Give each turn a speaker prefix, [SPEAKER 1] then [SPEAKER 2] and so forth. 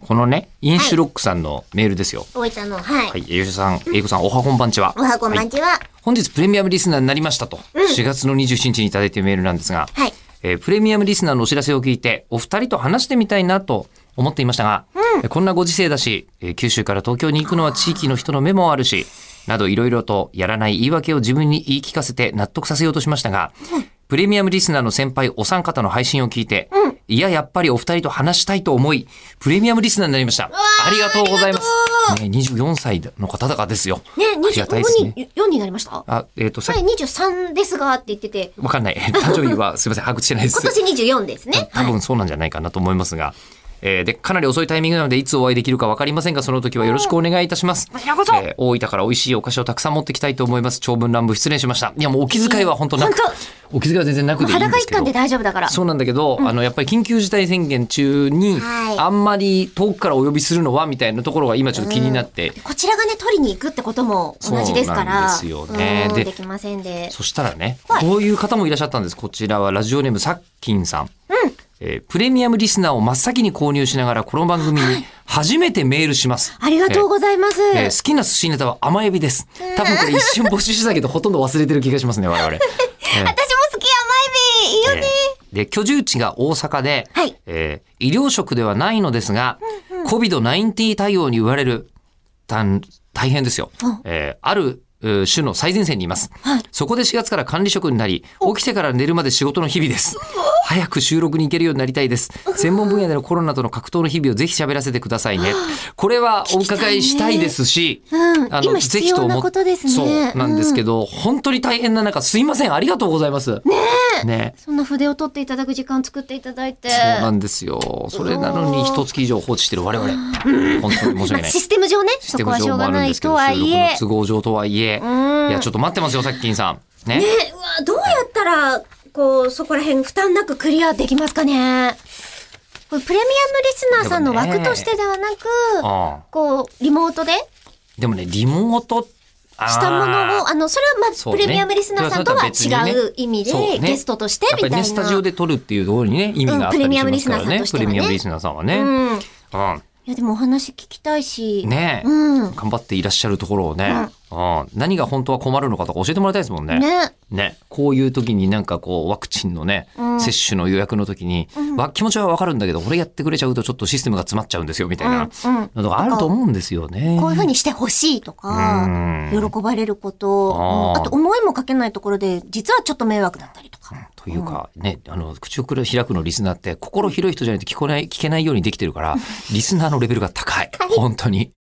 [SPEAKER 1] このね、インシュロックさんのメールですよ。
[SPEAKER 2] 大分の、はい。
[SPEAKER 1] はい、吉田さん、英子さん、おはこんばんちは。
[SPEAKER 2] おはこんば
[SPEAKER 1] は
[SPEAKER 2] ん
[SPEAKER 1] い
[SPEAKER 2] ちは。
[SPEAKER 1] 本日プレミアムリスナーになりましたと、4月の27日にいただいているメールなんですが、
[SPEAKER 2] はい。
[SPEAKER 1] えープレミアムリスナーのお知らせを聞いて、お二人と話してみたいなと思っていましたが、えーこんなご時世だし、えー九州から東京に行くのは地域の人の目もあるし、などいろいろとやらない言い訳を自分に言い聞かせて納得させようとしましたが、プレミアムリスナーの先輩お三方の配信を聞いて、いや、やっぱりお二人と話したいと思い、プレミアムリスナーになりました。ありがとうございます。ね、24歳の方だからですよ。
[SPEAKER 2] ね、
[SPEAKER 1] ありがたいですね
[SPEAKER 2] 25に4になりました
[SPEAKER 1] あ、えっ、と、さっ
[SPEAKER 2] はい、23ですがって言ってて、
[SPEAKER 1] わかんない。誕生日はすみません、把握してないです。
[SPEAKER 2] 今年24ですね。
[SPEAKER 1] 多分そうなんじゃないかなと思いますが、えーでかなり遅いタイミングなのでいつお会いできるか分かりませんがその時はよろしくお願いいたします、
[SPEAKER 2] ちらこそ
[SPEAKER 1] えー大分から美味しいお菓子をたくさん持ってきたいと思います長文乱文失礼しましたいやもうお気遣いは本当な
[SPEAKER 2] 本
[SPEAKER 1] く
[SPEAKER 2] 当
[SPEAKER 1] お気遣いは全然なくでいいんで
[SPEAKER 2] 裸
[SPEAKER 1] す
[SPEAKER 2] 一
[SPEAKER 1] けど
[SPEAKER 2] 貫で大丈夫だから。
[SPEAKER 1] そうなんだけど、あのやっぱり緊急事態宣言中に、
[SPEAKER 2] はい
[SPEAKER 1] あんまり遠くからお呼びするのはみたいなところが今ちょっと気になって、
[SPEAKER 2] こちらがね、取りに行くってことも同じですから。
[SPEAKER 1] そうなんですよね
[SPEAKER 2] うん
[SPEAKER 1] で
[SPEAKER 2] できませんで。
[SPEAKER 1] そしたらね、こういう方もいらっしゃったんです。こちらはラジオネームさっきんさん。えープレミアムリスナーを真っ先に購入しながらこの番組に初めてメールします。
[SPEAKER 2] ありがとうございます。
[SPEAKER 1] えーえー好きな寿司ネタは甘エビです。多分これ一瞬募集してたけどほとんど忘れてる気がしますね、我 々。えー
[SPEAKER 2] 私も好き甘エビいいよ
[SPEAKER 1] え
[SPEAKER 2] ね。
[SPEAKER 1] ーで居住地が大阪で、
[SPEAKER 2] はい
[SPEAKER 1] えー医療職ではないのですが、COVID-19 対応に言われるたん大変ですよ、
[SPEAKER 2] うん
[SPEAKER 1] えーあるうー種の最前線にいます、
[SPEAKER 2] はい
[SPEAKER 1] そこで4月から管理職になり起きてから寝るまで仕事の日々です早く収録に行けるようになりたいです専門分野でのコロナとの格闘の日々をぜひ喋らせてくださいねこれはお伺いしたいですし
[SPEAKER 2] うん
[SPEAKER 1] あの
[SPEAKER 2] 今
[SPEAKER 1] ぜ
[SPEAKER 2] 必
[SPEAKER 1] ひと
[SPEAKER 2] 要
[SPEAKER 1] 思
[SPEAKER 2] なことですね。
[SPEAKER 1] そうなんですけど、本当に大変な中すいませんありがとうございますねね
[SPEAKER 2] そんな筆を取っていただく時間作っていただいて。
[SPEAKER 1] そうなんですよ。それなのに一月以上放置してる我々。本当に申し
[SPEAKER 2] ま
[SPEAKER 1] 訳
[SPEAKER 2] あ
[SPEAKER 1] ない。
[SPEAKER 2] システム上ね、
[SPEAKER 1] シ
[SPEAKER 2] そ
[SPEAKER 1] ステ
[SPEAKER 2] こ
[SPEAKER 1] ム
[SPEAKER 2] はしょ
[SPEAKER 1] 上
[SPEAKER 2] う
[SPEAKER 1] もあ
[SPEAKER 2] が
[SPEAKER 1] るん
[SPEAKER 2] な
[SPEAKER 1] で
[SPEAKER 2] い
[SPEAKER 1] すけど
[SPEAKER 2] とはいえ。
[SPEAKER 1] 収録の都合上とはいえ。
[SPEAKER 2] うん
[SPEAKER 1] いや、ちょっと待ってますよ、さっきんさん。ね。
[SPEAKER 2] え、うわ、どうやったら、こう、そこら辺負担なくクリアできますかね。これプレミアムリスナーさんの
[SPEAKER 1] でもね
[SPEAKER 2] 枠としてではなく、
[SPEAKER 1] あ
[SPEAKER 2] こう、リモートで
[SPEAKER 1] でもね、リモート、あー
[SPEAKER 2] したものを、あの、それはまあ、
[SPEAKER 1] そう
[SPEAKER 2] プ
[SPEAKER 1] ね
[SPEAKER 2] レミアムリスナーさんとは違う意味
[SPEAKER 1] そう
[SPEAKER 2] で、
[SPEAKER 1] ね
[SPEAKER 2] ゲストとして
[SPEAKER 1] やっぱ
[SPEAKER 2] みたい
[SPEAKER 1] り
[SPEAKER 2] な。
[SPEAKER 1] ね、スタジオで撮るっていうところにね、意味があったりしますからね。
[SPEAKER 2] うん
[SPEAKER 1] プ
[SPEAKER 2] プ
[SPEAKER 1] レ
[SPEAKER 2] レ
[SPEAKER 1] ミ
[SPEAKER 2] ミ
[SPEAKER 1] ア
[SPEAKER 2] ア
[SPEAKER 1] ム
[SPEAKER 2] ム
[SPEAKER 1] リ
[SPEAKER 2] リ
[SPEAKER 1] ス
[SPEAKER 2] ス
[SPEAKER 1] ナーさんはね。
[SPEAKER 2] うん。い
[SPEAKER 1] うん。
[SPEAKER 2] や、でもお話聞きたいし。
[SPEAKER 1] ねえ
[SPEAKER 2] うん。
[SPEAKER 1] 頑張っていらっしゃるところをね、うん、何が本当は困るのかとか教えてもらいたいですもんね。
[SPEAKER 2] ね
[SPEAKER 1] ねこういう時になんかこうワクチンのね、
[SPEAKER 2] うん
[SPEAKER 1] 接種の予約の時に、わ気持ちはわかるんだけどこれやってくれちゃうとちょっとシステムが詰まっちゃうんですよみたいな
[SPEAKER 2] うんうん
[SPEAKER 1] のとかあると思うんですよね。
[SPEAKER 2] こういうふうにしてほしいとか
[SPEAKER 1] うん、
[SPEAKER 2] 喜ばれること、うん
[SPEAKER 1] あー
[SPEAKER 2] あと思いもかけないところで、実はちょっと迷惑だったりとか。
[SPEAKER 1] というか、ね、あの、口を開くのリスナー って、心広い人じゃないと聞こえない、聞けないようにできてるから、リスナーのレベルが高い。本当に。